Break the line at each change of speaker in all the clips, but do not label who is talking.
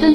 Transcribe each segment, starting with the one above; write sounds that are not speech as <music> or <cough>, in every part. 纷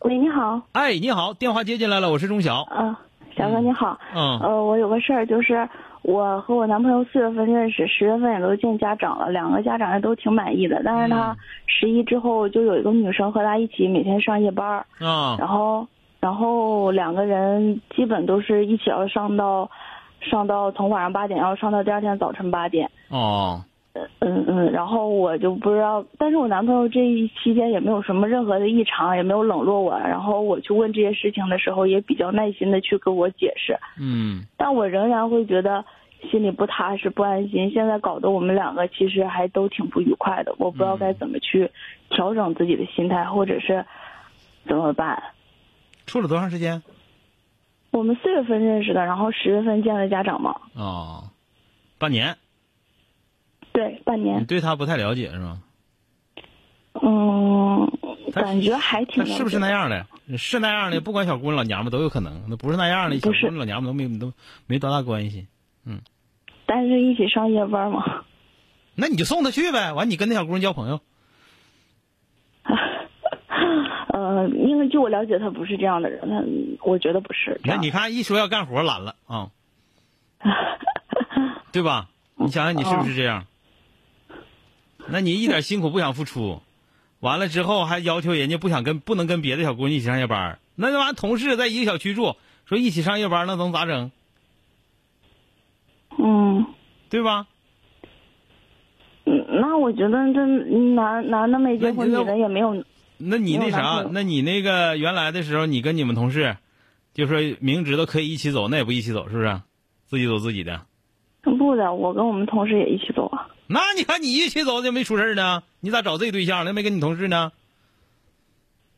喂，你好，
哎，你好，电话接进来了，我是钟晓。
呃，小哥你好，
嗯
呃，我有个事儿，就是我和我男朋友四月份认识，十月份也都见家长了，两个家长也都挺满意的，但是他十一之后就有一个女生和他一起每天上夜班儿，
啊
然后然后两个人基本都是一起要上到，上到从晚上八点要上到第二天早晨八点，
哦
嗯嗯，然后我就不知道，但是我男朋友这一期间也没有什么任何的异常，也没有冷落我。然后我去问这些事情的时候，也比较耐心的去跟我解释，
嗯
但我仍然会觉得心里不踏实、不安心。现在搞得我们两个其实还都挺不愉快的，我不知道
嗯
该怎么去调整自己的心态，或者是怎么办。
处了多长时间？
我们四月份认识的，然后十月份见了家长嘛，
哦，半年。
对，半
你
年，
对他不太了解是吗？
嗯，
他
感觉还挺
他是不是
了解的
那样的？是那样的，不管小姑娘老娘们都有可能。那不是那样的，小
不
姑
是
娘老娘们都没都没多大关系。
但是一起上夜班嘛。
那你就送她去呗，完你跟那小姑娘交朋友。
呃，因为据我了解，他不是这样的人，他我觉得不是。啊
那你看一说要干活懒了啊，对吧？你想想你是不是这样？
哦
那你一点辛苦不想付出，完了之后还要求人家不想跟不能跟别的小姑娘一起上夜班儿，那玩意儿同事在一个小区住，说一起上夜班儿那能咋整？
<laughs> 嗯
对吧？
嗯，那我觉得嗯这男男的没结婚，
那你
女的也没有。
那你那
没有男
啥
朋，友
那你那个原来的时候，你跟你们同事，就说明知道可以一起走，那也不一起走，是不是？自己走自己的。
不的，我跟我们同事也一起走啊。
那你看你一起走就没出事儿呢，你咋找这对象呢？没跟你同事呢？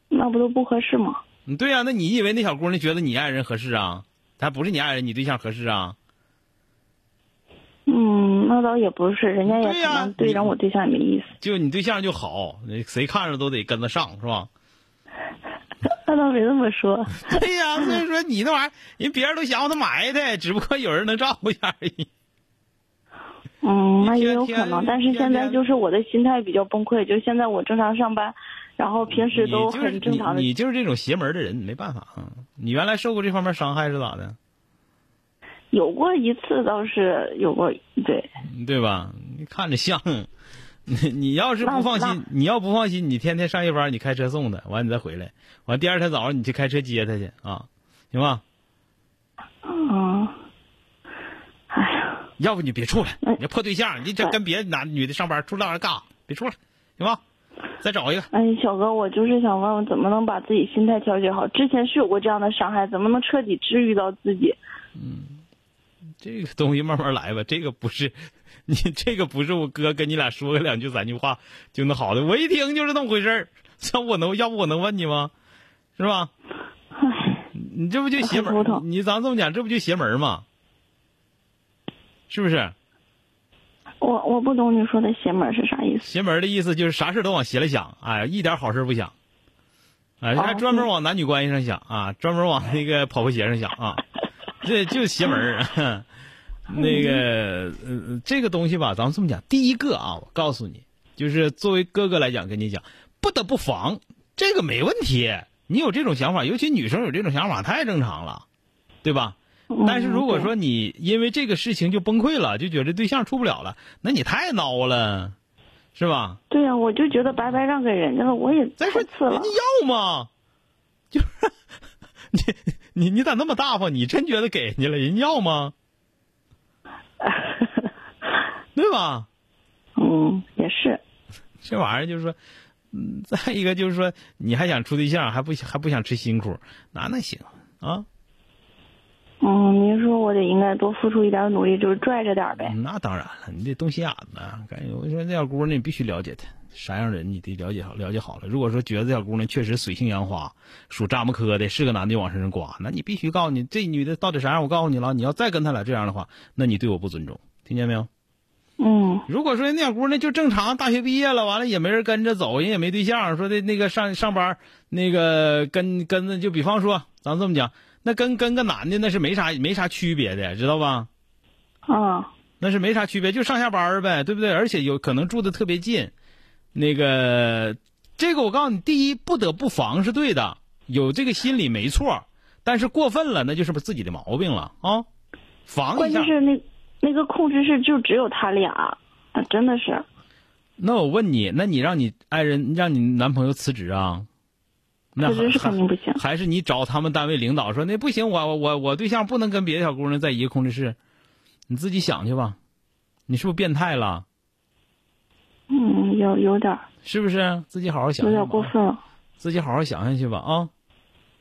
那不都不合适吗？
嗯对呀、那你以为那小姑娘觉得你爱人合适啊？她不是你爱人，你对象合适啊？
嗯，那倒也不是，人家也
对
可
呀
能对人我对象也没意思。
就你对象就好，谁看着都得跟得上，是吧？
那倒没这么说。
<laughs> 对呀、所以说你那玩意儿，人别人都想让她埋汰，只不过有人能照顾一下而已。
嗯，那
一
也
天
有
天
可能，但是
天
现在
天
就是我的心态比较崩溃，就现在我正常上班，然后平时
你
都
就是
很正常的
你，你就是这种邪门的人，没办法啊。你原来受过这方面伤害是咋的？
有过一次倒是有过，对，
对吧？你看着像， <laughs> 你你要是不放心，你要不放心，你天天上夜班，你开车送他，完你再回来，完第二天早上你去开车接他去啊，行吧？
嗯，哎呀。
要不你别处了，
嗯
你这破对象，你这跟别的男女的上班处那玩意儿干啥？别处了，行吧？再找一个，
哎，小哥，我就是想问问，怎么能把自己心态调节好？之前是有过这样的伤害，怎么能彻底治愈到自己？
这个东西慢慢来吧。这个不是你，这个不是我哥跟你俩说个两句三句话就能好的。我一听就是那么回事儿，要我能要不我能问你吗？是吧？你这不就邪门
很头
儿？
疼
你咱这么讲，这不就邪门儿吗？是不是？
我我不懂你说的邪门是啥意思？
邪门儿的意思就是啥事儿都往邪了想，哎，一点好事儿不想，哎，还专门往男女关系上想啊，专门往那个跑步鞋上想啊，这就是邪门儿。 <laughs> 那个呃，这个东西吧，咱们这么讲，第一个啊，我告诉你，就是作为哥哥来讲，跟你讲，不得不防，这个没问题。你有这种想法，尤其女生有这种想法，太正常了，对吧？
嗯
但是如果说你因为这个事情就崩溃了，就觉得对象处不了了，那你太孬了，是吧？
对呀、我就觉得白白让给人家了，我也
再
太
说
次了
人家。要吗？就是 <laughs> 你你你咋那么大方？你真觉得给人家了，人家要
<laughs>
吗？对吧？
嗯，也是。
这玩意儿就是说，嗯，再一个就是说，你还想处对象，还不还不想吃辛苦，那那行啊？
嗯，您说我得应该多付出一点努力，就是拽着点儿呗。
啊那当然了，你得动心眼子。感觉我说这小姑娘，你必须了解她，啥样的人你得了解好，了解好了。如果说觉得这小姑娘确实水性杨花，属扎木科的，是个男的往身上刮，那你必须告诉你这女的到底啥样，我告诉你了。你要再跟她俩这样的话，那你对我不尊重，听见没有？
嗯
如果说那小姑娘就正常大学毕业了，完了也没人跟着走，人也没对象，说的那个上上班那个跟跟着，就比方说咱这么讲，那跟跟个男的那是没啥没啥区别的，知道吧？
嗯
那是没啥区别，就上下班儿呗，对不对？而且有可能住的特别近，那个这个我告诉你，第一不得不防是对的，有这个心理没错，但是过分了那就是不是自己的毛病了啊，防
关
一下
键。是那那个控制室就只有他俩，啊真的是，
那我问你，那你让你爱人让你男朋友辞职啊？那
辞职是
还
肯定不行。
还是你找他们单位领导说那不行，我我我我对象不能跟别的小姑娘在一个控制室，你自己想去吧，你是不是变态了？
嗯，有有点儿
是不是？自己好好想
有
想吧。
点过分了。
自己好好想想去吧啊！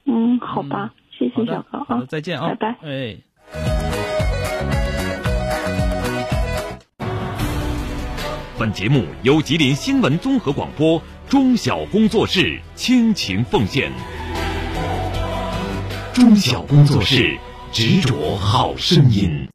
嗯，好吧，谢
好
谢小
的，
高
好
啊
的，，再见啊，
拜拜。
哎。
本节目由吉林新闻综合广播中小工作室倾情奉献。中小工作室执着好声音。